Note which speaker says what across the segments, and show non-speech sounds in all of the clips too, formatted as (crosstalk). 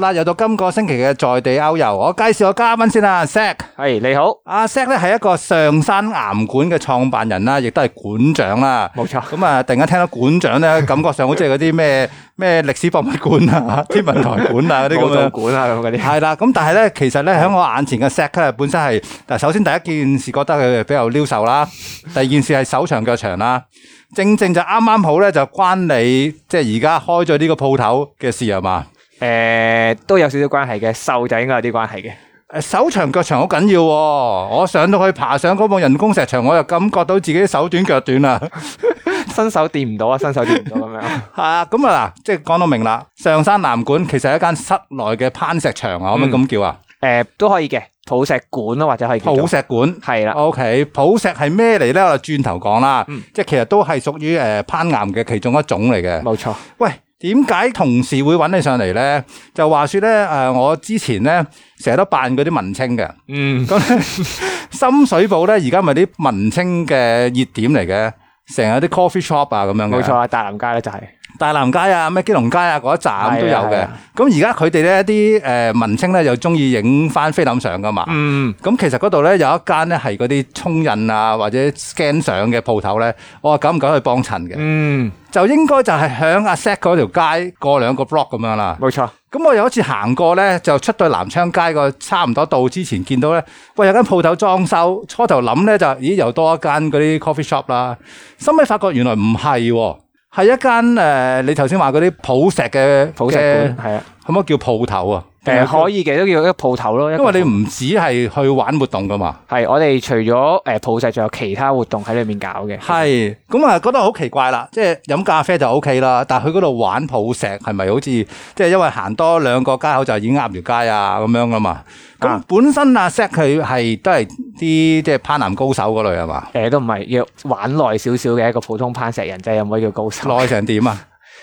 Speaker 1: 啦，又到今個星期嘅在地歐遊，我介紹個嘉賓先啦，Zack。
Speaker 2: 系你好，
Speaker 1: 阿 Zack 咧係一個上山岩館嘅創辦人啦，亦都係館長啦。
Speaker 2: 冇 (laughs) 錯
Speaker 1: 咁啊，突然間聽到館長咧， (laughs) 感覺上好似係嗰啲咩咩歷史博物館啊、 (laughs) 天文台館啊嗰啲
Speaker 2: 舞
Speaker 1: 咁
Speaker 2: 蹈
Speaker 1: 樣。
Speaker 2: 馆啊咁嗰 (laughs) 啲，
Speaker 1: 系啦，咁但係咧，其實咧喺我眼前嘅 set 咧，本身係，嗱首先第一件事覺得佢比較撩手
Speaker 2: (laughs)
Speaker 1: 啦，第二件事係手長腳長啦，正正就啱啱好咧，就關你即係而家開咗呢個鋪頭嘅事係嘛？
Speaker 2: 诶都有少少關係嘅，瘦就應該有啲關係 (laughs) 嘅，
Speaker 1: 誒手長腳長好緊要喎、我上到去爬上嗰部人工石牆，我就感覺到自己手短腳短啊
Speaker 2: (laughs)
Speaker 1: 啦。
Speaker 2: 新手掂唔到啊，新手掂唔到咁樣。 (laughs)
Speaker 1: 係啊，咁啊嗱，即係講到明啦，上山南館其實係一間室內嘅攀石場
Speaker 2: 嗯
Speaker 1: 啊，可唔可以咁叫啊？
Speaker 2: 诶都可以嘅，抱石哦館咯，或者可以叫
Speaker 1: 抱
Speaker 2: 做
Speaker 1: 石館。
Speaker 2: 係啦，
Speaker 1: O K，普石係咩嚟咧？我就轉頭講啦，
Speaker 2: 嗯
Speaker 1: 即係其實都係屬於誒攀岩嘅其中一種嚟嘅。
Speaker 2: 冇錯，
Speaker 1: 喂，點解同事會揾你上嚟咧？就話說咧，誒、我之前咧成日都扮嗰啲文青嘅，
Speaker 2: 嗯，
Speaker 1: 咁呢深水埗咧而家咪啲文青嘅熱點嚟嘅。成日有啲 coffee shop 啊咁樣嘅，
Speaker 2: 冇錯啊，大南街咧就係
Speaker 1: 大南街啊、咩基隆街啊嗰一站都有
Speaker 2: 係
Speaker 1: 嘅
Speaker 2: 啊。
Speaker 1: 咁而家佢哋咧啲誒文青咧又中意影翻菲林相噶嘛。
Speaker 2: 嗯，
Speaker 1: 咁其實嗰度咧有一間咧係嗰啲沖印啊或者 scan 相嘅鋪頭咧，我話久唔久去幫襯嘅，
Speaker 2: 嗯，
Speaker 1: 就應該就係響阿 Set 嗰條街過兩個 block 咁樣啦。
Speaker 2: 冇錯，
Speaker 1: 咁我有一次行過咧，就出到南昌街個差唔多到之前，見到咧，喂有間鋪頭裝修，初頭諗咧就咦又多一間嗰啲 coffee shop 啦，深尾發覺原來唔係喎，係一間誒、呃你頭先話嗰啲普石嘅
Speaker 2: 抱石
Speaker 1: 嘅
Speaker 2: 館係啊，
Speaker 1: 可唔可以叫鋪頭啊？
Speaker 2: 诶可以嘅，都叫一個鋪頭咯，
Speaker 1: 因為你
Speaker 2: 唔
Speaker 1: 唔止係去玩活動噶嘛。
Speaker 2: 係我哋除咗诶抱石，仲有其他活動喺裏面搞嘅，
Speaker 1: 係，咁啊，覺得好奇怪啦，即係飲咖啡就 O K 啦，但係佢嗰度玩抱石係咪好似即係因為行多兩個街口就已經鴨寮街啊咁樣噶嘛？咁
Speaker 2: 啊
Speaker 1: 本身阿 Set 佢係都係啲即係攀岩高手嗰類係嘛？
Speaker 2: 诶都唔係要玩耐少少嘅一個普通攀石人啫，又唔可以叫高手。
Speaker 1: 耐成點啊？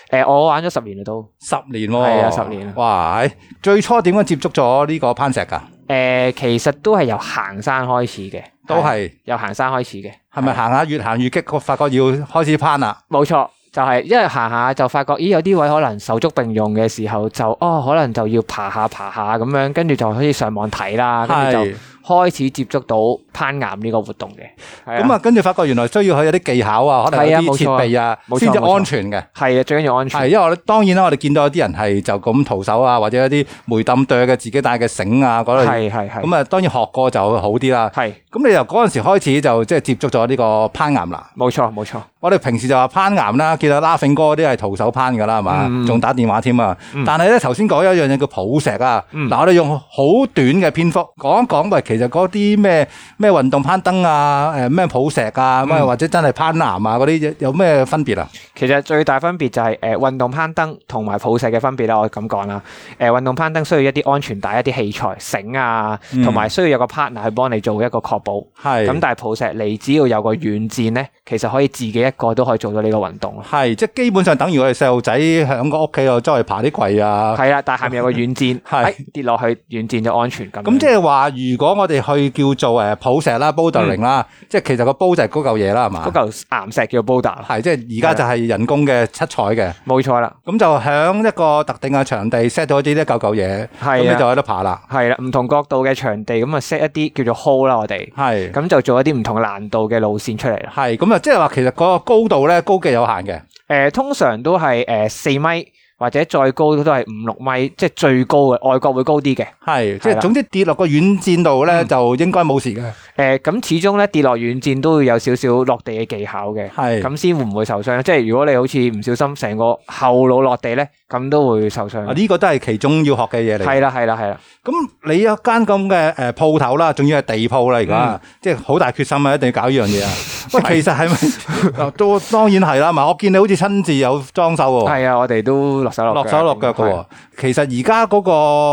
Speaker 2: 诶我玩咗十年啦都。
Speaker 1: 十年喎、
Speaker 2: 係啊十年啊
Speaker 1: 哇！係最初點樣接觸咗呢個攀石㗎？
Speaker 2: 诶、呃其實都係由行山開始嘅，
Speaker 1: 都係
Speaker 2: 由行山開始嘅，
Speaker 1: 係咪行下越行越激，我發覺要開始攀啦？
Speaker 2: 冇錯，就係因為行下就發覺，咦，有啲位可能手足並用嘅時候就，哦，可能就要爬下爬下咁樣，跟住就可以上網睇啦，跟住
Speaker 1: 係
Speaker 2: 就開始接觸到攀岩呢個活動嘅。係
Speaker 1: 咁啊，，跟住發覺原來需要佢有啲技巧啊，可能有
Speaker 2: 係啊
Speaker 1: 啲
Speaker 2: 冇
Speaker 1: 設
Speaker 2: 錯啊
Speaker 1: 備啊，
Speaker 2: 冇錯
Speaker 1: 先至
Speaker 2: 冇錯
Speaker 1: 安全嘅。
Speaker 2: 係啊，最緊要安全。
Speaker 1: 係，因為我哋當然啦，我哋見到有啲人係就咁徒手啊，或者一啲梅抌剁嘅自己帶嘅繩啊嗰類，
Speaker 2: 係係係，
Speaker 1: 咁啊當然學過就好啲啦。
Speaker 2: 係
Speaker 1: 咁你由嗰陣時開始就即係接觸咗呢個攀岩啦。
Speaker 2: 冇錯冇錯，
Speaker 1: 我哋平時就話攀岩啦，見到 Laughing 哥嗰啲係徒手攀噶啦，係嘛？
Speaker 2: 嗯
Speaker 1: 仲、打電話添啊！但係咧頭先講一樣嘢叫抱石啊，嗱、
Speaker 2: 嗯
Speaker 1: 我哋用好短嘅篇幅講一講，喂，其實嗰啲咩咩運動攀登啊，誒咩抱石啊，
Speaker 2: 嗯
Speaker 1: 咩、或者真係攀岩啊嗰啲有咩分別啊？
Speaker 2: 其實最大分別就係、誒、呃運動攀登同埋抱石嘅分別啦，我咁講啦。誒、運動攀登需要一啲安全帶、一啲器材、繩啊，
Speaker 1: 嗯
Speaker 2: 同埋需要有個 partner 去幫你做一個確保。
Speaker 1: 係
Speaker 2: 咁但係抱石，你只要有個軟墊咧，其實可以自己一個都可以做到呢個運動咯。
Speaker 1: 係，即係基本上等於我哋細路仔喺個屋企度周圍爬啲櫃啊。
Speaker 2: 係啦，但係下面有個
Speaker 1: (laughs)
Speaker 2: 軟墊，
Speaker 1: 係
Speaker 2: 哎跌落去軟墊就安全咁樣。
Speaker 1: 咁即係話，如果我哋去叫做誒抱石啦、bouldering 啦，即係其實個煲就係嗰嚿嘢啦，係
Speaker 2: 嗯嗰
Speaker 1: 嘛？
Speaker 2: 嚿岩石叫 boulder 啦，
Speaker 1: 係，即係而家就係人工嘅七彩嘅，
Speaker 2: 冇錯啦，
Speaker 1: 咁就響一個特定嘅場地 set 咗啲一嚿嚿嘢，咁
Speaker 2: 係
Speaker 1: 你就
Speaker 2: 啊，
Speaker 1: 喺度爬啦。
Speaker 2: 係啦，唔同角度嘅場地咁啊 set 一啲叫做 hole 啦，我哋
Speaker 1: 係
Speaker 2: 咁就做一啲唔同難度嘅路線出嚟啦。
Speaker 1: 係，咁啊，即係話其實嗰個高度咧，高極有限嘅。
Speaker 2: 誒、呃通常都係誒四米或者再高都係五六米，即係最高嘅，外國會高啲嘅。
Speaker 1: 係，即
Speaker 2: 係
Speaker 1: 係
Speaker 2: 啦嗯
Speaker 1: 總之跌落個軟墊度咧，就應該冇事嘅。
Speaker 2: 誒呃咁始終咧跌落軟墊都要有少少落地嘅技巧嘅，
Speaker 1: 係
Speaker 2: 咁先會唔會受傷咧？即係如果你好似唔小心成個後腦落地咧，咁都會受傷
Speaker 1: 啊，。呢個都係其中要學嘅嘢嚟。
Speaker 2: 係啦係啦係啦，
Speaker 1: 咁你有間咁嘅誒鋪頭啦，仲要係地鋪啦，而家、
Speaker 2: 嗯
Speaker 1: 即係好大決心啊，一定要搞呢樣嘢
Speaker 2: (laughs)
Speaker 1: 啊！喂，其實係咪 (laughs) 哦都當然係啦，嘛，我見你好似親自有裝修喎，
Speaker 2: 係啊，我哋都落手落
Speaker 1: 哦落手落腳嘅
Speaker 2: 係
Speaker 1: 喎。其實而家嗰個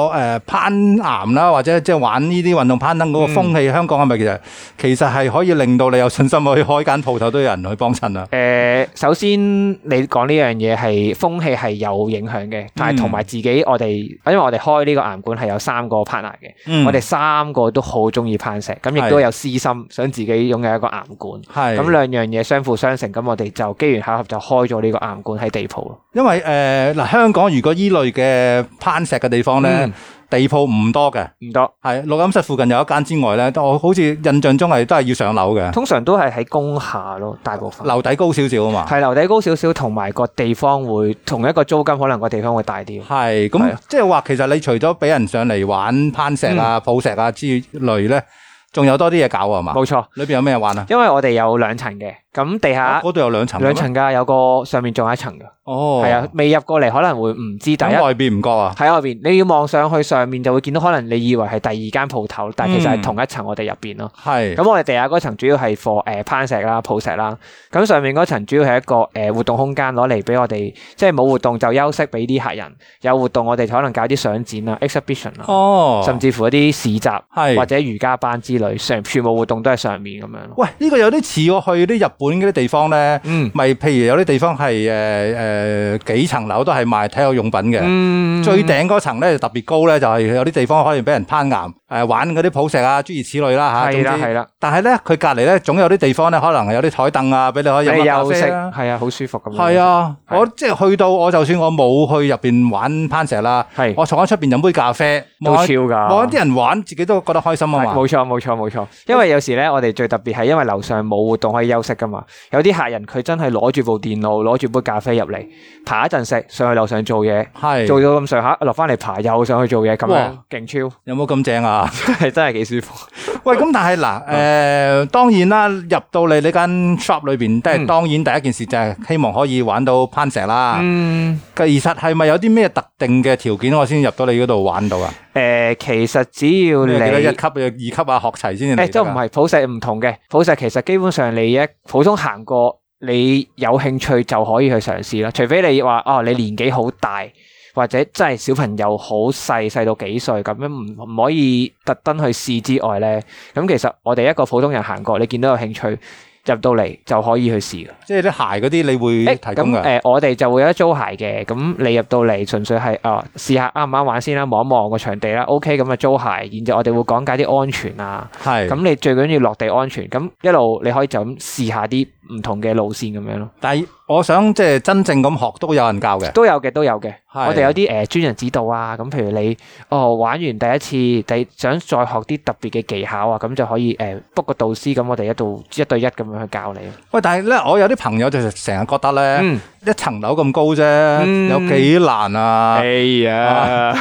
Speaker 1: 誒攀岩啦，或者即係玩呢啲運動攀登
Speaker 2: 嗯
Speaker 1: 嗰個風氣，香港係咪其實其實係可以令到你有信心可以開間鋪頭都有人去幫襯啊？
Speaker 2: 誒、呃首先你講呢樣嘢係風氣係有影響嘅，但係同
Speaker 1: 嗯
Speaker 2: 埋自己我哋，因為我哋開呢個岩館係有三個 partner 嘅，
Speaker 1: 嗯
Speaker 2: 我哋三個都好中意攀石，咁亦都有私心想自己擁有一個岩館，
Speaker 1: 係
Speaker 2: 咁兩樣嘢相輔相成，咁我哋就機緣巧合就開咗呢個岩館喺地鋪咯。
Speaker 1: 因為诶嗱、香港如果依類嘅攀石嘅地方咧，
Speaker 2: 嗯
Speaker 1: 地鋪唔多嘅，
Speaker 2: 唔多，
Speaker 1: 係錄音室附近有一間之外咧，我好似印象中係都係要上樓嘅，
Speaker 2: 通常都係喺工廈咯，大部分。
Speaker 1: 樓底高少少啊嘛。
Speaker 2: 係樓底高少少，同埋個地方會同一個租金，可能個地方會大啲。
Speaker 1: 係
Speaker 2: 係
Speaker 1: 咁
Speaker 2: 啊，
Speaker 1: 即係話其實你除咗俾人上嚟玩攀石
Speaker 2: 嗯
Speaker 1: 啊、抱石啊之類咧，仲有多啲嘢搞啊係嘛？
Speaker 2: 冇錯，
Speaker 1: 裏边有咩玩啊？
Speaker 2: 因為我哋有兩層嘅，咁地下
Speaker 1: 嗰度有兩層嘅咩。
Speaker 2: 啊兩層㗎，有個上面仲有一層㗎。
Speaker 1: 哦，
Speaker 2: 係啊，未入過嚟可能會唔知第
Speaker 1: 喺
Speaker 2: 一。
Speaker 1: 外邊唔覺啊。
Speaker 2: 喺外邊，你要望上去上面就會見到，可能你以為係第二間鋪頭，但其實
Speaker 1: 嗯
Speaker 2: 係同一層我哋入邊咯。
Speaker 1: 係
Speaker 2: 咁我哋地下嗰層主要係 for 誒攀石啦、抱石啦，咁上面嗰層主要係一個誒、呃活動空間，攞嚟俾我哋即係冇活動就休息俾啲客人，有活動我哋可能搞啲相展啊、exhibition 啊，
Speaker 1: 哦，
Speaker 2: 甚至乎一啲市集
Speaker 1: 係
Speaker 2: 或者瑜伽班之類，上全部活動都係上面咁樣咯。
Speaker 1: 喂，呢、個有啲似我去啲日本嗰啲地方咧，
Speaker 2: 嗯
Speaker 1: 咪譬如有啲地方係诶诶幾層樓都係賣體育用品嘅。
Speaker 2: 嗯
Speaker 1: 最頂嗰層咧就特別高咧，就係有啲地方可以俾人攀岩，誒、玩嗰啲抱石啊，諸如此類啦嚇。
Speaker 2: 係啦
Speaker 1: 總之
Speaker 2: 係啦，
Speaker 1: 但係咧，佢隔離咧總有啲地方咧，可能有啲台凳啊，俾你可以
Speaker 2: 你
Speaker 1: 飲下咖
Speaker 2: 休息
Speaker 1: 啡啊。
Speaker 2: 係啊，好舒服咁樣。
Speaker 1: 係，啊，
Speaker 2: 係
Speaker 1: 我即係去到我就算我冇去入邊玩攀石啦，
Speaker 2: 係
Speaker 1: 我坐喺出邊飲杯咖啡，
Speaker 2: 都
Speaker 1: 望
Speaker 2: 超
Speaker 1: 下
Speaker 2: 㗎。
Speaker 1: 望下啲人玩，自己都覺得開心啊
Speaker 2: 係
Speaker 1: 嘛。
Speaker 2: 冇錯冇錯冇錯，因為有時咧，我哋最特別係因為樓上冇活動可以休息噶嘛。有啲客人佢真係攞住部電腦，攞住杯咖啡入嚟，爬一陣食，上去樓上做嘢，
Speaker 1: 係
Speaker 2: 做到咁上下，落翻嚟爬又上去做嘢，咁樣
Speaker 1: 哇
Speaker 2: 勁超， (laughs)
Speaker 1: 有冇咁正啊？
Speaker 2: 真係真係幾舒服。
Speaker 1: 喂，咁但係嗱，誒、當然啦，入到你呢間 shop 裏邊，都係
Speaker 2: 啊嗯
Speaker 1: 當然第一件事就係希望可以玩到攀石啦。
Speaker 2: 嗯，
Speaker 1: 其實係咪有啲咩特定嘅條件我先入到你嗰度玩到啊？
Speaker 2: 誒，其實只要
Speaker 1: 你記得一
Speaker 2: 你。
Speaker 1: 級、二級啊，學齊先
Speaker 2: 誒，
Speaker 1: 嚟。
Speaker 2: 都唔，係普石唔同嘅，普石其實基本上你一普通行過，你有興趣就可以去嘗試啦。除非你話哦，你年紀好大，或者真係小朋友好細，細到幾歲咁樣，唔唔可以特登去試之外咧，咁其實我哋一個普通人行過，你見到有興趣。入到嚟就可以去試嘅。
Speaker 1: 即係啲鞋嗰啲你
Speaker 2: 誒
Speaker 1: 會提供
Speaker 2: 咁
Speaker 1: 㗎。
Speaker 2: 誒，我哋就會有得租鞋嘅。咁你入到嚟純粹係啊試下啱唔啱玩先啦，望一望個場地啦。OK，咁啊租鞋，然之後我哋會講解啲安全啊，
Speaker 1: 係
Speaker 2: 咁你最緊要落地安全，咁一路你可以就咁試下啲唔同嘅路線咁樣咯，
Speaker 1: 但係我想即係真正咁學都有人教嘅。
Speaker 2: 都有嘅都有嘅。
Speaker 1: 係
Speaker 2: 我哋有啲誒、呃、專人指導啊，咁譬如你哦玩完第一次，第想再學啲特別嘅技巧啊，咁就可以誒 book 個導師，咁我哋一度一對一咁樣去教你。啊
Speaker 1: 喂，但係咧，我有啲朋友就成日覺得咧，
Speaker 2: 嗯，
Speaker 1: 一層樓咁高啫，
Speaker 2: 嗯
Speaker 1: 有幾難啊？
Speaker 2: 哎呀，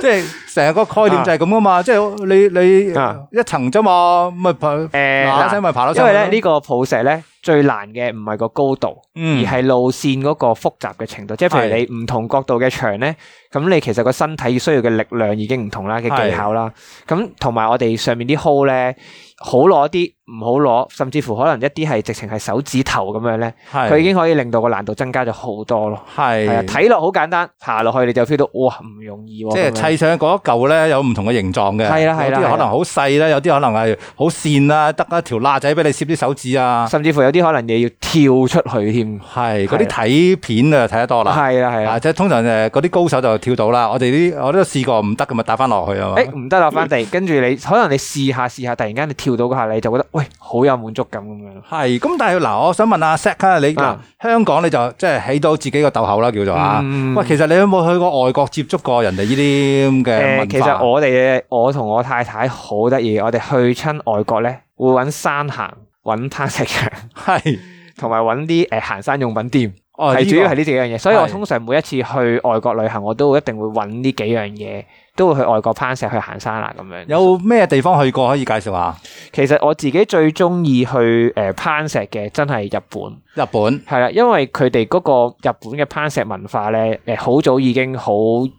Speaker 1: 即係成個概念就係咁噶嘛。即係
Speaker 2: 啊
Speaker 1: 你你一層啫嘛，咪爬
Speaker 2: 誒
Speaker 1: 嗱嗱
Speaker 2: 嗱
Speaker 1: 聲咪爬到
Speaker 2: 因
Speaker 1: 上去
Speaker 2: 為
Speaker 1: 咯。
Speaker 2: 咧呢個抱石咧最難嘅唔係個高度。而
Speaker 1: 嗯
Speaker 2: 係路線嗰個複雜嘅程度，即係譬如你唔同角度嘅牆咧，咁你其實個身體需要嘅力量已經唔同啦，嘅技巧啦，咁同埋我哋上面啲 hole 咧，好攞啲，唔好攞，甚至乎可能一啲係直情係手指頭咁樣咧，
Speaker 1: 係
Speaker 2: 佢已經可以令到個難度增加咗好多咯。係啊，
Speaker 1: 係
Speaker 2: 睇落好簡單，爬落去你就 feel 到哇唔容易喎，
Speaker 1: 即係
Speaker 2: 咁樣
Speaker 1: 砌上嗰一嚿咧，有唔同嘅形狀嘅，
Speaker 2: 係啦係啦
Speaker 1: 有啲
Speaker 2: 係啦
Speaker 1: 可能好細啦，有啲可能係好跣啦，得一條罅仔俾你攝啲手指啊，
Speaker 2: 甚至乎有啲可能你要跳出去添。
Speaker 1: 係嗰
Speaker 2: 係
Speaker 1: 啲睇片啊睇得多啦，
Speaker 2: 係啦係
Speaker 1: 啊
Speaker 2: 啦，
Speaker 1: 即係通常誒嗰啲高手就跳到啦，我哋啲我都試過唔得嘅咪打翻落去啊嘛，
Speaker 2: 誒唔得啦，翻地，跟住你可能你試下試下，突然間你跳到嗰下你就覺得喂好有滿足感咁樣咯。
Speaker 1: 係咁，但係嗱，我想問阿 Zack 啊，你嗱
Speaker 2: 啊
Speaker 1: 香港你就即係起到自己個竇口啦，叫做啊，
Speaker 2: 嗯
Speaker 1: 喂，其實你有冇去過外國接觸過人哋呢啲咁嘅文
Speaker 2: 誒、
Speaker 1: 化？
Speaker 2: 其實我哋我同我太太好得意，我哋去親外國咧，會揾山行、揾攀石場， (laughs)
Speaker 1: 係
Speaker 2: 同埋揾啲誒行山用品店，
Speaker 1: 哦
Speaker 2: 係、
Speaker 1: 呢個
Speaker 2: 主要係呢幾樣嘢。所以我
Speaker 1: 係
Speaker 2: 通常每一次去外國旅行，我都一定會揾呢幾樣嘢，都會去外國攀石、去行山啊啦咁樣。
Speaker 1: 有咩地方去過可以介紹下？
Speaker 2: 其實我自己最中意去誒、呃攀石嘅，真係日本。
Speaker 1: 日本
Speaker 2: 係啦，因為佢哋嗰個日本嘅攀石文化咧，誒好早已經好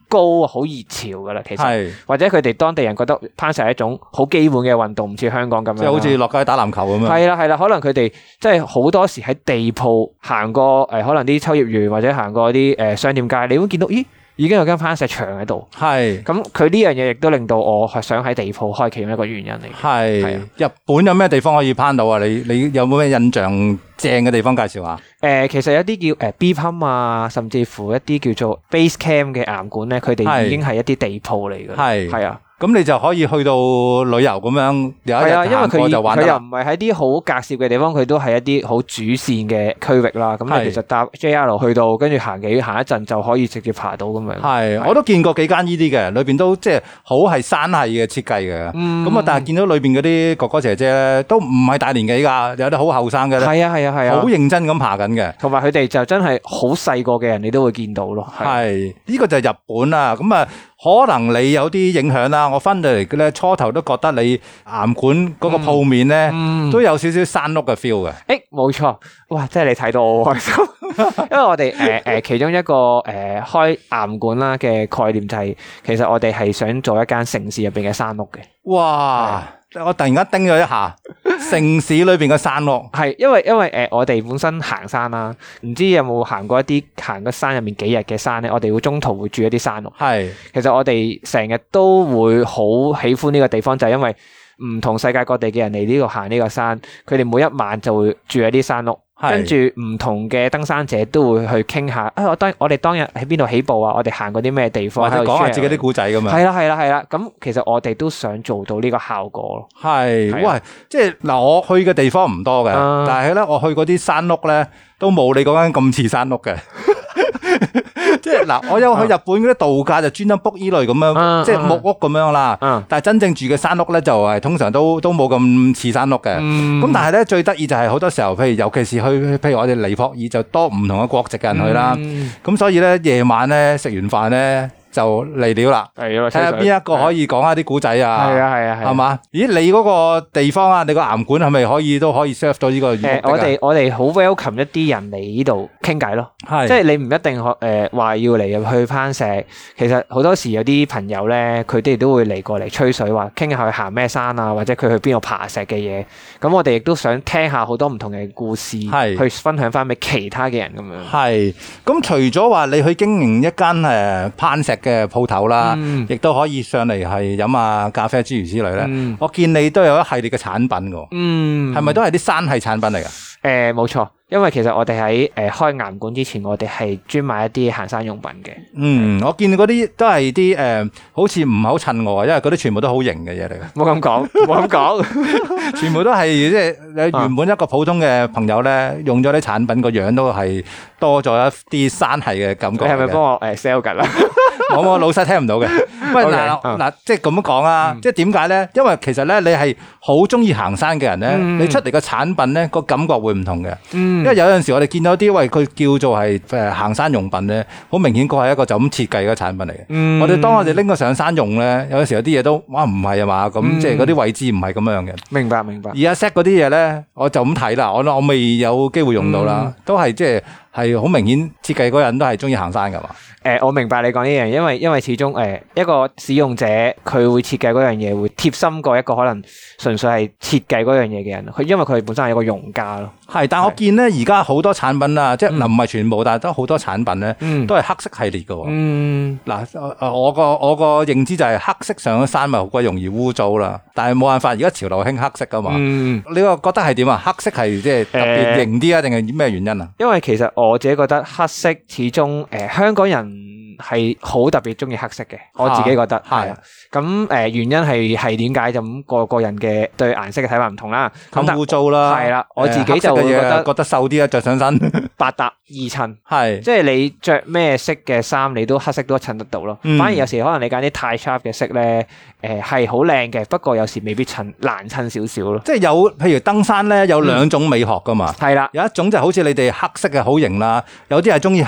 Speaker 2: 高、好熱潮噶啦，其實。
Speaker 1: 係。
Speaker 2: 或者佢哋當地人覺得攀石係一種好基本嘅運動，唔似香港咁樣啦。
Speaker 1: 即係好似落街打籃球咁啊樣。
Speaker 2: 係啦係啦，可能佢哋即係好多時喺地鋪行過誒、可能啲秋葉原或者行過啲誒、商店街，你會見到咦已經有間攀石場喺度。
Speaker 1: 係
Speaker 2: 咁佢呢樣嘢亦都令到我係想喺地鋪開其中一個原因嚟。係啊
Speaker 1: 係。日本有咩地方可以攀到啊？你你有冇咩印象正嘅地方介紹下？
Speaker 2: 誒、其實有啲叫誒 B pump 啊，甚至乎一啲叫做 base camp 嘅岩館咧，佢哋
Speaker 1: 係
Speaker 2: 已經係一啲地鋪嚟㗎啦。
Speaker 1: 係
Speaker 2: 係啊，
Speaker 1: 咁你就可以去到旅遊咁樣，有一
Speaker 2: 係啊，因
Speaker 1: 日
Speaker 2: 為
Speaker 1: 行
Speaker 2: 佢
Speaker 1: 過
Speaker 2: 以
Speaker 1: 就玩
Speaker 2: 佢
Speaker 1: 得
Speaker 2: 又
Speaker 1: 啦。
Speaker 2: 唔係喺啲好隔涉嘅地方，佢都係一啲好主線嘅區域啦。咁
Speaker 1: 係
Speaker 2: 你其實搭 JR 去到，跟住行幾行一陣就可以直接爬到咁樣。
Speaker 1: 係，我都見過幾間呢啲嘅，裏邊都即係好係山系嘅設計嘅。
Speaker 2: 嗯
Speaker 1: 咁啊，但係見到裏邊嗰啲哥哥姐姐咧，都唔係大年紀㗎，有啲好後生嘅咧，
Speaker 2: 係啊係啊係
Speaker 1: 好
Speaker 2: 啊，
Speaker 1: 認真咁爬緊嘅。
Speaker 2: 同埋佢哋就真係好細個嘅人，你都會見到咯。係
Speaker 1: 係呢、個就係日本啦。咁啊，可能你有啲影響啊啦。我翻到嚟嘅咧，初頭都覺得你岩館嗰個鋪面咧，
Speaker 2: 嗯
Speaker 1: 都有少少山屋嘅 feel 嘅。
Speaker 2: 誒冇錯，哇！真係你睇到我好
Speaker 1: (laughs)
Speaker 2: 開心，因為我哋誒誒其中一個誒、呃、開岩館啦嘅概念就係、其實我哋係想做一間城市入邊嘅山屋嘅，
Speaker 1: 哇！我突然間叮咗一下，城市裏邊嘅山屋
Speaker 2: 係因為因為誒、呃我哋本身行山啦，唔知有冇行過一啲行個山入面幾日嘅山咧，我哋會中途會住一啲山屋。
Speaker 1: 係
Speaker 2: 其實我哋成日都會好喜歡呢個地方，就係因為唔同世界各地嘅人嚟呢度行呢個山，佢哋每一晚就會住喺啲山屋，
Speaker 1: 係
Speaker 2: 跟住唔同嘅登山者都會去傾下，啊，我當我哋當日喺邊度起步啊，我哋行過啲咩地
Speaker 1: 或
Speaker 2: 方，
Speaker 1: 者
Speaker 2: 喺度
Speaker 1: 講下
Speaker 2: share
Speaker 1: 自己啲故啊仔咁樣。
Speaker 2: 係啦係啦係啦，咁其實我哋都想做到呢個效果咯。
Speaker 1: 係，
Speaker 2: 係啊
Speaker 1: 喂，即係嗱，我去嘅地方唔多嘅，
Speaker 2: 啊
Speaker 1: 但係咧，我去嗰啲山屋咧，都冇你嗰間咁似山屋嘅。 (laughs) 即係嗱，我有去日本嗰啲度假就專登 book 依類咁樣，
Speaker 2: 啊
Speaker 1: 即係木屋咁樣啦。
Speaker 2: 嗯
Speaker 1: 但係真正住嘅山屋咧，就係通常都都冇咁似山屋嘅。
Speaker 2: 嗯
Speaker 1: 咁、但係咧，最得意就係好多時候，譬如尤其是去，譬如我哋尼泊爾就多唔同嘅國籍嘅人去啦。
Speaker 2: 嗯
Speaker 1: 咁、所以咧，夜晚咧食完飯咧就嚟料啦，
Speaker 2: 係啊，
Speaker 1: 睇下邊一個可
Speaker 2: 以
Speaker 1: 以講下啲古仔啊。
Speaker 2: 係啊係啊係
Speaker 1: 係
Speaker 2: 啊。
Speaker 1: 嘛？咦，你嗰個地方啊，你個岩館係咪可以都可以 serve 到呢個
Speaker 2: 誒
Speaker 1: 語，目
Speaker 2: 我
Speaker 1: 的㗎
Speaker 2: 哋我哋好 welcome 一啲人嚟呢度傾偈咯。
Speaker 1: 係
Speaker 2: 即係你唔一定學誒話要嚟入去攀石，其實好多時有啲朋友咧，佢哋都會嚟過嚟吹水，話傾下佢行咩山啊，或者佢去邊度爬石嘅嘢。咁我哋亦都想聽下好多唔同嘅故事，
Speaker 1: 係
Speaker 2: 去分享翻俾其他嘅人咁樣。
Speaker 1: 係咁，除咗話你去經營一間誒攀石嘅鋪頭啦，
Speaker 2: 嗯
Speaker 1: 亦都可以上嚟係飲下咖啡諸如此類咧。
Speaker 2: 嗯
Speaker 1: 我見你都有一系列嘅產品㗎，
Speaker 2: 嗯，
Speaker 1: 係咪都係啲山系產品嚟㗎？
Speaker 2: 誒冇錯，因為其實我哋喺誒開岩館之前，我哋係專賣一啲行山用品嘅。
Speaker 1: 嗯，我見嗰啲都係啲誒，好似唔好襯我，因為嗰啲全部都好型嘅嘢嚟
Speaker 2: 冇咁講，冇咁講，
Speaker 1: 嘅，全部都係即係
Speaker 2: 啊
Speaker 1: 你原本一個普通嘅朋友咧，用咗啲產品個樣都係多咗一啲山系嘅感
Speaker 2: 你
Speaker 1: 覺嚟嘅。
Speaker 2: 係咪幫我誒 sell 緊啊啦？
Speaker 1: 我我老細聽唔到
Speaker 2: (laughs)
Speaker 1: 嘅。喂，
Speaker 2: OK，
Speaker 1: 嗱
Speaker 2: 嗯
Speaker 1: 嗱，即係咁講啊，即係點解咧？因為其實咧，你係好中意行山嘅人咧，
Speaker 2: 嗯
Speaker 1: 你出嚟嘅產品咧個感覺會唔同嘅。因
Speaker 2: 嗯
Speaker 1: 為有陣時我哋見到啲喂，佢叫做係誒行山用品咧，好明顯佢係一個就咁設計嘅產品嚟嘅。
Speaker 2: 嗯
Speaker 1: 我哋當我哋拎佢上山用咧，有陣時有啲嘢都哇唔係啊嘛，咁
Speaker 2: 嗯
Speaker 1: 即係嗰啲位置唔係咁樣嘅。
Speaker 2: 明白明白。
Speaker 1: 而阿 set 嗰啲嘢咧，我就咁睇啦，我我未有機會用到
Speaker 2: 嗯
Speaker 1: 啦，都係即係係好明顯設計嗰人都係中意行山噶嘛。
Speaker 2: 誒、我明白你講呢樣，因為因為始終誒、一個使用者佢會設計嗰樣嘢會貼心過一個可能純粹係設計嗰樣嘢嘅人，佢因為佢本身係一個用家咯。
Speaker 1: 係，但我見咧而家好多產品啊，即係嗱唔係全部，但係都好多產品咧
Speaker 2: 嗯
Speaker 1: 都係黑色系列嘅喎。
Speaker 2: 嗯，
Speaker 1: 嗱、我我我個我個認知就係黑色上咗山咪好鬼容易污糟啦，但係冇辦法，而家潮流興黑色噶嘛。
Speaker 2: 嗯，
Speaker 1: 你個覺得係點啊？黑色係即係特別
Speaker 2: 誒
Speaker 1: 型啲啊，定係咩原因啊？
Speaker 2: 因為其實我自己覺得黑色始終誒、香港人係好特別中意黑色嘅，我自己覺得
Speaker 1: 係
Speaker 2: 係啊。咁誒、原因係係點解就咁個個人嘅對顏色嘅睇法唔同啦。咁
Speaker 1: 咁
Speaker 2: 但
Speaker 1: 污糟啦，
Speaker 2: 係啦
Speaker 1: 誒
Speaker 2: 我自己就
Speaker 1: 黑色嘅
Speaker 2: 會
Speaker 1: 嘢
Speaker 2: 覺得
Speaker 1: 覺得瘦啲啊，着上身
Speaker 2: (laughs) 百搭二襯。
Speaker 1: 係
Speaker 2: 即係你着咩色嘅衫，你都黑色都襯得到咯。
Speaker 1: 嗯
Speaker 2: 反而有時可能你揀啲太 sharp 嘅色咧，誒係好靚嘅，不過有時未必襯難襯少少咯。
Speaker 1: 即係有譬如登山咧，有兩種美學噶嘛。
Speaker 2: 係啦，
Speaker 1: 有一種就好似你哋黑色嘅好型啦，有啲係中意係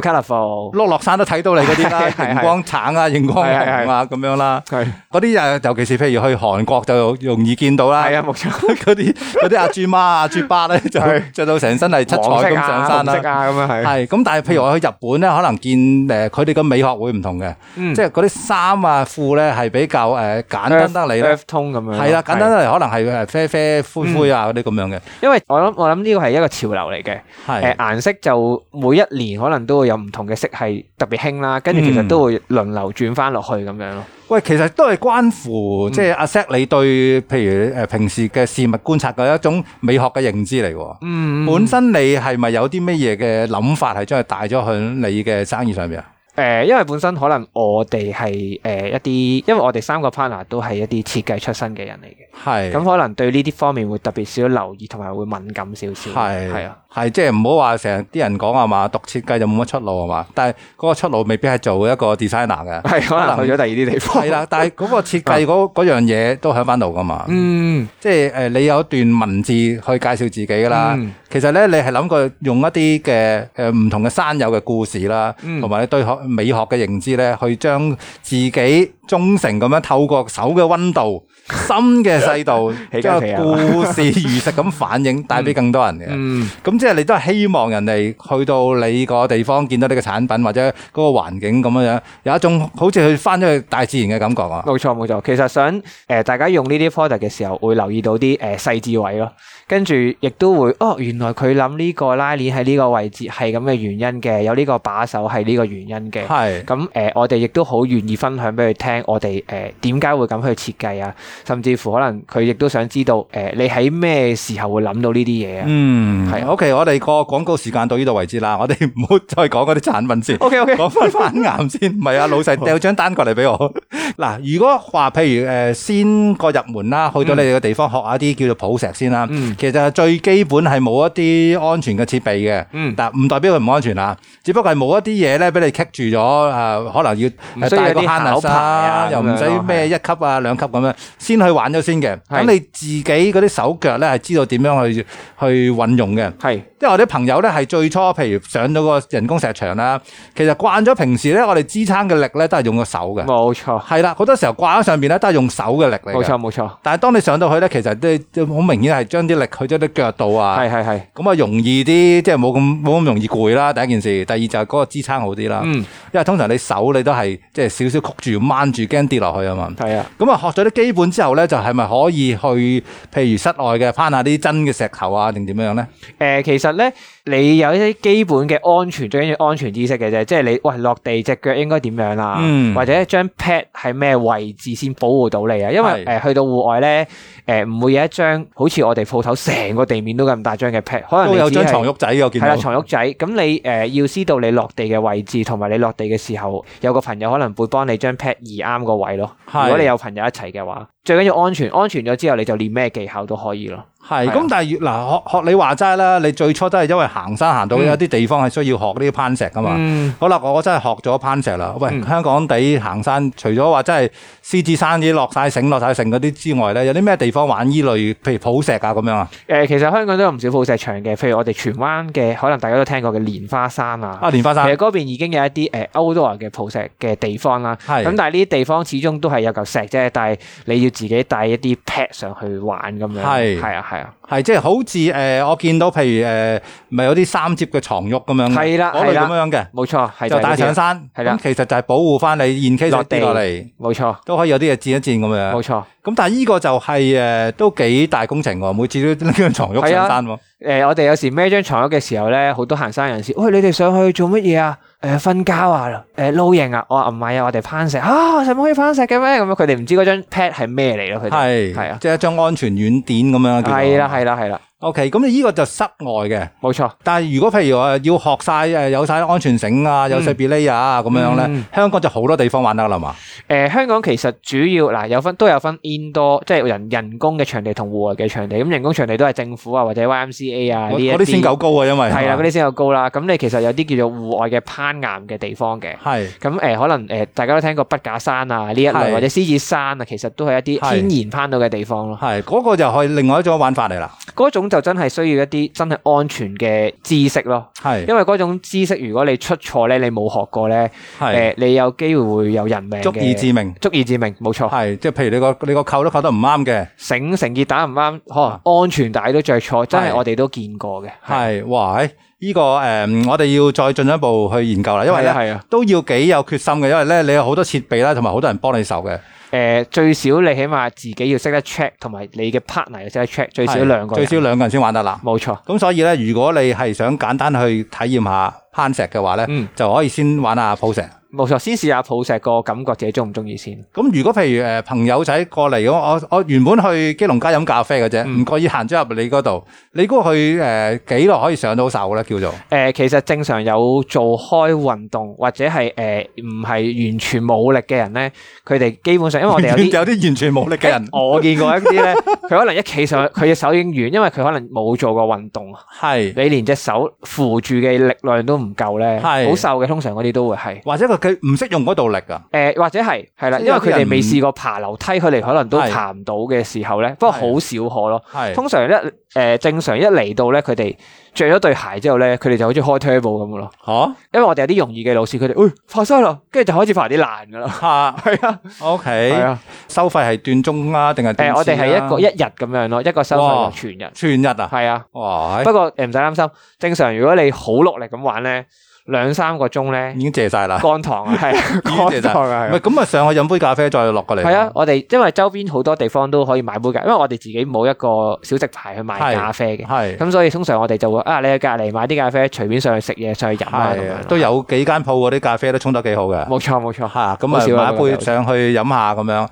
Speaker 1: 誒
Speaker 2: colourful，
Speaker 1: 碌落山都睇到你嗰啲啦，
Speaker 2: (laughs) 係係係
Speaker 1: 熒光橙啊、熒光
Speaker 2: 係係係
Speaker 1: 紅啊咁樣啦。
Speaker 2: 係
Speaker 1: 嗰啲誒，尤其是譬如去韓國就容易見到啦。
Speaker 2: 係啊，冇錯，
Speaker 1: (laughs) 嗰啲嗰啲阿豬媽啊、豬
Speaker 2: (laughs)
Speaker 1: 巴咧，就
Speaker 2: 係
Speaker 1: 着到成身係七彩咁
Speaker 2: 黃色
Speaker 1: 上
Speaker 2: 啊、
Speaker 1: 山
Speaker 2: 紅
Speaker 1: 啦
Speaker 2: 色。啊咁樣係。
Speaker 1: 係咁，但係譬如我去日本咧，可能見誒佢哋嘅美學會唔同嘅，
Speaker 2: 嗯
Speaker 1: 即係嗰啲衫啊、褲咧係比較誒簡單得嚟咧
Speaker 2: Earth，tone 咁樣。
Speaker 1: 係啦，簡單得嚟可能係誒啡啡灰灰啊嗰啲咁樣嘅，
Speaker 2: 因為我諗我諗呢個係一個潮流嚟嘅。誒
Speaker 1: 係
Speaker 2: 顏色就每一年可能都會有唔同嘅色係特別興啦，跟住其
Speaker 1: 嗯
Speaker 2: 實都會輪流轉翻落去咁樣咯。
Speaker 1: 喂，其實都係關
Speaker 2: 嗯
Speaker 1: 乎即係阿 Set 你對譬如誒平時嘅事物觀察嘅一種美學嘅認知嚟喎。
Speaker 2: 嗯
Speaker 1: 本身你係咪有啲咩嘢嘅諗法係將佢帶咗去你嘅生意上面啊？
Speaker 2: 誒、诶、呃因為本身可能我哋係诶一啲，因為我哋三個 partner 都係一啲設計出身嘅人嚟嘅，
Speaker 1: 係
Speaker 2: 咁可能對呢啲方面會特別少留意，同埋會敏感少少。
Speaker 1: 係
Speaker 2: 係啊，
Speaker 1: 係即係唔好話成日啲人講啊嘛，讀設計就冇乜出路係嘛，但係嗰個出路未必係做一個 designer 嘅。
Speaker 2: (laughs) 係可能去咗第二啲地方。
Speaker 1: 係啦，但係嗰個設計嗰嗰樣嘢都喺翻度噶嘛，
Speaker 2: 嗯，
Speaker 1: 即係诶你有一段文字去介紹自己噶啦。
Speaker 2: 嗯
Speaker 1: 其實咧，你係諗過用一啲嘅诶唔同嘅山友嘅故事啦，
Speaker 2: 嗯
Speaker 1: 同埋你對學美學嘅認知咧，去將自己忠誠咁樣透過手嘅温
Speaker 2: (laughs)
Speaker 1: 度、心嘅細度
Speaker 2: 起，雞
Speaker 1: 將
Speaker 2: 皮啊
Speaker 1: 故事如實咁反
Speaker 2: (laughs)
Speaker 1: 映，帶俾更多人嘅。
Speaker 2: 嗯，
Speaker 1: 咁即係你都係希望人哋去到你個地方見到你嘅產品或者嗰個環境咁樣樣，有一種好似去翻咗去大自然嘅感覺啊！
Speaker 2: 嗯冇錯冇錯。其實想诶、呃大家用呢啲 product 嘅時候，會留意到啲诶细致位咯，跟住亦都會哦，原來佢諗呢個拉鏈喺呢個位置係咁嘅原因嘅，有呢個把手係呢個原因嘅。
Speaker 1: 係
Speaker 2: 咁誒、呃我哋亦都好願意分享俾佢聽，我哋誒點解會咁去設計啊？甚至乎可能佢亦都想知道誒、呃你喺咩時候會諗到呢啲嘢啊
Speaker 1: 嗯，
Speaker 2: 係啊
Speaker 1: OK，我哋個廣告時間到呢度為止啦，我哋唔好再講嗰啲產品先。
Speaker 2: ？OK OK，
Speaker 1: 講翻反癌先，唔係啊，老細掉張單過嚟俾
Speaker 2: (laughs)
Speaker 1: 我。嗱，如果話譬如诶，先個入門啦，去到你哋嘅地方學下啲叫做普石先啦。
Speaker 2: 嗯
Speaker 1: 其實最基本係冇一啲安全嘅設備嘅。
Speaker 2: 嗯，
Speaker 1: 但唔代表佢唔安全啊，只不過係冇一啲嘢咧俾你棘住咗，啊，可能要
Speaker 2: 唔
Speaker 1: 呃
Speaker 2: 需要
Speaker 1: 戴個
Speaker 2: 一啲
Speaker 1: harness
Speaker 2: 考牌啊
Speaker 1: 又唔使
Speaker 2: 咁樣咯
Speaker 1: 咩一級啊兩級咁樣，先去玩咗先嘅。
Speaker 2: 係
Speaker 1: 咁你自己嗰啲手腳咧係知道點樣去去運用嘅。
Speaker 2: 係
Speaker 1: 因為我啲朋友咧係最初，譬如上咗個人工石場啦，其實慣咗平時咧，我哋支撐嘅力咧都係用個手嘅，
Speaker 2: 冇錯，
Speaker 1: 啊係啊啦，好多時候掛喺上邊咧都係用手嘅力嚟嘅。
Speaker 2: 冇錯冇錯，
Speaker 1: 但係當你上到去咧，其實都都好明顯係將啲力去咗啲腳度啊。
Speaker 2: 係係係，
Speaker 1: 咁啊容易啲，即係冇咁冇咁容易攰啦。第一件事，第二就係嗰個支撐好啲啦。
Speaker 2: 嗯，
Speaker 1: 因為通常你手你都係即係少少曲住掹住，驚跌落去啊嘛。
Speaker 2: 係啊，
Speaker 1: 咁啊，學咗啲基本之後咧，就係咪可以去譬如室外嘅攀下啲真嘅石頭啊，定點樣咧？
Speaker 2: 誒、呃其實咧，你有一啲基本嘅安全，最緊要安全知識嘅啫，即係你喂落地只腳應該點樣啦，
Speaker 1: 嗯
Speaker 2: 或者張 pad 喺咩位置先保護到你啊？因為誒、
Speaker 1: 係
Speaker 2: 去到戶外咧，誒、唔會有一張好似我哋鋪頭成個地面都咁大張嘅 pad，可能
Speaker 1: 都
Speaker 2: 你
Speaker 1: 有
Speaker 2: 只
Speaker 1: 張
Speaker 2: 係
Speaker 1: 床褥仔嘅，我見
Speaker 2: 係啦，
Speaker 1: 到。
Speaker 2: 床褥仔。咁你誒、呃要知道你落地嘅位置，同埋你落地嘅時候，有個朋友可能會幫你將 pad 移啱個位咯。
Speaker 1: 係
Speaker 2: 如果你有朋友一齊嘅話，最緊要安全。安全咗之後，你就練咩技巧都可以咯。
Speaker 1: 係
Speaker 2: 係啊
Speaker 1: 咁，但係嗱，學學你話齋啦，你最初都係因為行山行到
Speaker 2: 嗯
Speaker 1: 有啲地方係需要學呢啲攀石噶嘛。
Speaker 2: 嗯，
Speaker 1: 好啦，我真係學咗攀石啦。喂，
Speaker 2: 嗯
Speaker 1: 香港地行山，除咗話真係獅子山啲落晒繩、落晒繩嗰啲之外咧，有啲咩地方玩依類，譬如普石啊咁樣啊？
Speaker 2: 誒、其實香港都有唔少寶石場嘅，譬如我哋荃灣嘅，可能大家都聽過嘅蓮花山啊。
Speaker 1: 啊，蓮花
Speaker 2: 其
Speaker 1: 山
Speaker 2: 實嗰邊已經有一啲誒 outdoor 嘅抱石嘅地方啦，
Speaker 1: 係
Speaker 2: 咁但係呢啲地方始終都係有嚿石啫，但係你要自己帶一啲 pad 上去玩咁樣，
Speaker 1: 係
Speaker 2: 係啊係啊，
Speaker 1: 係即係好似誒、呃我見到譬如誒，咪、有啲三摺嘅床褥咁樣嘅，啊
Speaker 2: 係啦
Speaker 1: 嗰類
Speaker 2: 係啦
Speaker 1: 咁樣嘅，
Speaker 2: 冇錯，係
Speaker 1: 就
Speaker 2: 係嗰啲啊
Speaker 1: 帶上山。
Speaker 2: 係啦
Speaker 1: 咁其實就係保護翻你現 case
Speaker 2: 落
Speaker 1: 跌
Speaker 2: 地
Speaker 1: 落嚟，
Speaker 2: 冇錯
Speaker 1: 都可以有啲嘢墊一墊咁樣。
Speaker 2: 冇錯。
Speaker 1: 咁但係呢個就係、呃都幾大工程喎，每次都拎張床褥
Speaker 2: 啊
Speaker 1: 上山喎。
Speaker 2: 誒、我哋有時孭張床褥嘅時候咧，好多行山人士，喂，你哋上去做乜嘢啊？誒、瞓覺啊？誒、露營啊？我話唔係啊，我哋攀石啊，使乜可以攀石嘅咩？咁樣佢哋唔知嗰張 pad 係咩嚟咯，佢
Speaker 1: 係
Speaker 2: 哋係啊
Speaker 1: 即係一張安全軟墊咁樣。
Speaker 2: 係啦。係啦係啦，
Speaker 1: OK，咁呢個就室外嘅。
Speaker 2: 冇錯，
Speaker 1: 但係如果譬如話要學晒誒有晒安全繩啊，有晒 belay 啊咁樣咧
Speaker 2: 嗯，
Speaker 1: 香港就好多地方玩得啦嘛。
Speaker 2: 誒、香港其實主要嗱、有分都有分 indoor，即係人人工嘅場地同戶外嘅場地。咁人工場地都係政府啊或者 YMCA 啊
Speaker 1: 嗰
Speaker 2: 呢一
Speaker 1: 嗰啲先夠高啊，因為
Speaker 2: 係啦，嗰啲先有高啦。咁你其實有啲叫做戶外嘅攀岩嘅地方嘅。
Speaker 1: 係
Speaker 2: 咁誒、可能誒、呃大家都聽過筆架山啊呢一
Speaker 1: 係
Speaker 2: 類，或者獅子山啊，其實都係一
Speaker 1: 係
Speaker 2: 啲天然攀到嘅地方咯。
Speaker 1: 係嗰個就係另外一種玩法嚟啦。
Speaker 2: 嗰種就真係需要一啲真係安全嘅知識咯，
Speaker 1: 係
Speaker 2: 因為嗰種知識如果你出錯咧，你冇學過咧，誒、
Speaker 1: 係
Speaker 2: 你有機會會有人命嘅
Speaker 1: 足以致命。
Speaker 2: 足以致命，冇錯。
Speaker 1: 係即係譬如你個你個扣都扣得唔啱嘅，
Speaker 2: 繩繩結打唔啱，可能安全帶都着錯，真係我哋都見過嘅。
Speaker 1: 係哇！喺呢個誒，我哋要再進一步去研究啦，因為
Speaker 2: 係啊
Speaker 1: 咧
Speaker 2: 係啊，
Speaker 1: 都要幾有決心嘅，因為咧你有好多設備啦，同埋好多人幫你手嘅，
Speaker 2: 誒呃最少你起碼自己要識得 check，同埋你嘅 partner 要識得 check，最少
Speaker 1: 係
Speaker 2: 兩個
Speaker 1: 最
Speaker 2: 人。
Speaker 1: 少兩個人先玩得啦。
Speaker 2: 冇錯，
Speaker 1: 咁所以咧，如果你係想簡單去體驗下攀石嘅話咧，
Speaker 2: 嗯
Speaker 1: 就可以先玩下抱石。
Speaker 2: 冇錯，先試下抱石個感覺自己中唔中意先。
Speaker 1: 咁如果譬如誒、呃朋友仔過嚟咁，我我原本去基隆街飲咖啡嘅啫，
Speaker 2: 嗯
Speaker 1: 唔覺意行咗入你嗰度，你估佢誒幾耐可以上到手咧？叫做
Speaker 2: 诶、呃其實正常有做開運動或者係诶唔係完全冇力嘅人咧，佢哋基本上因為我哋
Speaker 1: (laughs)
Speaker 2: 有啲。哦
Speaker 1: 有啲完全冇力嘅
Speaker 2: (laughs)
Speaker 1: 人，
Speaker 2: 我見過一啲咧， (laughs) 佢可能一企上去，佢隻手已經軟，因為佢可能冇做過運動啊。
Speaker 1: 係
Speaker 2: 你連隻手扶住嘅力量都唔夠咧，
Speaker 1: 係
Speaker 2: 好瘦嘅，通常嗰啲都會係。
Speaker 1: 或者佢佢唔識用嗰度力啊，
Speaker 2: 诶、或者係係啦，
Speaker 1: 即係
Speaker 2: 因為
Speaker 1: 有啲
Speaker 2: 佢
Speaker 1: 人
Speaker 2: 哋
Speaker 1: 唔
Speaker 2: 未試過爬樓梯，佢哋可能都
Speaker 1: 係
Speaker 2: 爬唔到嘅時候咧，不
Speaker 1: 係
Speaker 2: 過好少可咯。
Speaker 1: 係
Speaker 2: 通常一誒、正常一嚟到咧，佢哋着咗對鞋之後咧，佢哋就好似開 turbo 咁嘅咯。
Speaker 1: 嚇
Speaker 2: 因為我哋有啲容易嘅老師，佢哋，喂、哎，快晒啦，跟住就開始爬啲難嘅啦。
Speaker 1: 嚇
Speaker 2: 係啊，
Speaker 1: ，OK，
Speaker 2: 係啊，
Speaker 1: 收費係段中啊，定係
Speaker 2: 誒、
Speaker 1: 段
Speaker 2: 我哋係
Speaker 1: 線啊
Speaker 2: 一個一日咁樣咯，一個收
Speaker 1: 哇
Speaker 2: 費全日，
Speaker 1: 全日啊，
Speaker 2: 係啊。
Speaker 1: 哇，
Speaker 2: 不過誒唔使擔心，正常如果你好落力咁玩咧，兩三個鐘咧
Speaker 1: 哎已，經謝晒啦，
Speaker 2: 乾
Speaker 1: (laughs)
Speaker 2: 糖啊，係啊
Speaker 1: 已經謝
Speaker 2: 乾
Speaker 1: 晒
Speaker 2: 糖啊，
Speaker 1: 唔係
Speaker 2: 係啊
Speaker 1: 咁啊，上去飲杯咖啡再落過嚟，
Speaker 2: 係啊，，我哋因為周邊好多地方都可以買杯咖，因為我哋自己冇一個小食牌去賣
Speaker 1: 係
Speaker 2: 咖啡嘅，
Speaker 1: 係。
Speaker 2: 咁所以通常我哋就會啊，你去隔離買啲咖啡，隨便上去食嘢，上去飲啊咁
Speaker 1: 係啊
Speaker 2: 樣，
Speaker 1: 都有幾間鋪嗰啲咖啡都沖得幾好嘅。
Speaker 2: 冇錯冇錯，
Speaker 1: 吓
Speaker 2: 好
Speaker 1: 咁
Speaker 2: 少
Speaker 1: 啊
Speaker 2: 啊
Speaker 1: 買
Speaker 2: 嗰
Speaker 1: 一
Speaker 2: 個
Speaker 1: 杯上去飲下咁樣。
Speaker 2: 係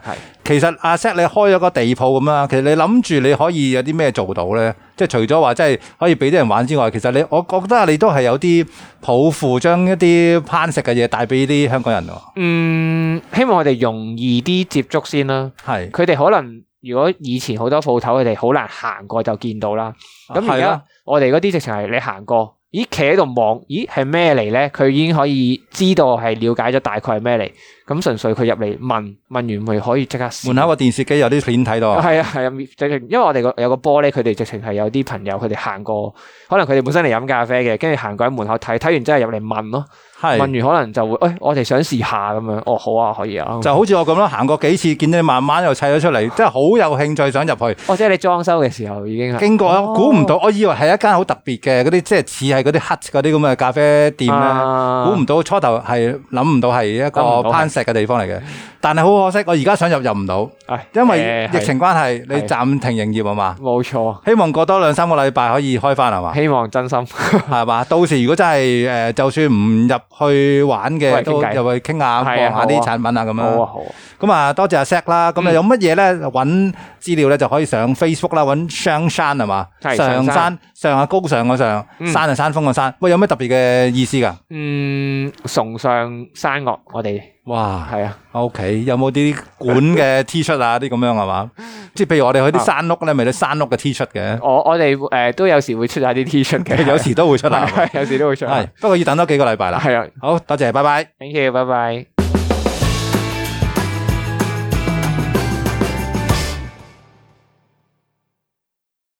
Speaker 1: 其實阿 Set 你開咗個地鋪咁啊啦，其實你諗住你可以有啲咩做到咧？即係除咗話即係可以俾啲人玩之外，其實你我覺得你都係有啲抱負，將一啲攀食嘅嘢帶俾啲香港人喎。
Speaker 2: 嗯，希望我哋容易啲接觸先啦。
Speaker 1: 係
Speaker 2: 佢哋可能如果以前好多鋪頭，佢哋好難行過就見到啦。咁而
Speaker 1: 啊係啦
Speaker 2: 家我哋嗰啲直情係你行過，咦企喺度望，咦係咩嚟咧？佢已經可以知道係了解咗大概係咩嚟。咁純粹佢入嚟問，問完咪可以即刻試
Speaker 1: 門口個電視機有啲片睇到啊，
Speaker 2: 係啊係啊，直情因為我哋個有個玻璃，佢哋直情係有啲朋友佢哋行過，可能佢哋本身嚟飲咖啡嘅，跟住行過喺門口睇，睇完之後入嚟問咯，
Speaker 1: 係
Speaker 2: 問完可能就會，喂、我哋想試下咁樣，哦好啊可以啊，
Speaker 1: 就好似我咁啦，行過幾次，見到你慢慢又砌咗出
Speaker 2: (laughs)
Speaker 1: 嚟，真係好有興趣想入去。
Speaker 2: 哦即係你裝修嘅時候已經係
Speaker 1: 經過啊，
Speaker 2: 哦
Speaker 1: 估唔到，我以為係一間好特別嘅嗰啲，即係似係嗰啲 hut 嗰啲咁嘅咖啡店咧。
Speaker 2: 啊
Speaker 1: 估唔到初頭係諗唔到係一
Speaker 2: 諗
Speaker 1: 個
Speaker 2: 唔到係
Speaker 1: 攀石嘅地方嚟嘅，但係好可惜，我而家想入入唔到，
Speaker 2: 唉
Speaker 1: 因為
Speaker 2: 誒係
Speaker 1: 疫情關係，你
Speaker 2: 係
Speaker 1: 暫停營業啊嘛。
Speaker 2: 冇錯，
Speaker 1: 希望過多兩三個禮拜可以開翻係
Speaker 2: (laughs)
Speaker 1: 嘛，
Speaker 2: 希望真心。
Speaker 1: 係嘛？到時如果真係誒，就算唔入去玩
Speaker 2: 喂
Speaker 1: 嘅，
Speaker 2: 啊傾
Speaker 1: 都
Speaker 2: 偈
Speaker 1: 入去傾下望
Speaker 2: 係啊
Speaker 1: 下啲
Speaker 2: 好
Speaker 1: 產品啊咁
Speaker 2: 好啊
Speaker 1: 樣。
Speaker 2: 好啊，
Speaker 1: 咁啊，多謝阿 Zack 啦。咁啊，
Speaker 2: 嗯
Speaker 1: 有乜嘢咧揾資料咧就可以上 Facebook 啦，揾上山係嘛？
Speaker 2: 係
Speaker 1: 上
Speaker 2: 上山
Speaker 1: 山上啊高上個上，
Speaker 2: 嗯
Speaker 1: 山啊山峰個山。喂，有咩特別嘅意思㗎？
Speaker 2: 嗯，崇尚山岳，我哋
Speaker 1: 哇！
Speaker 2: 係啊，
Speaker 1: O、k 有冇啲管
Speaker 2: (laughs)
Speaker 1: 嘅 T 恤啊？啲咁樣係嘛？即係譬如我哋
Speaker 2: 啊
Speaker 1: 去啲山屋咧，咪啲山屋嘅 T 恤
Speaker 2: (laughs)
Speaker 1: 嘅，
Speaker 2: 我我哋诶都有時會出下啲 T 恤嘅，
Speaker 1: (laughs) 有時都會出嚟。
Speaker 2: (laughs) 係有時都會出下，
Speaker 1: 係，不過要等多幾個禮拜啦。
Speaker 2: 係啊
Speaker 1: 好多謝，拜拜。
Speaker 2: ，thank you，拜拜。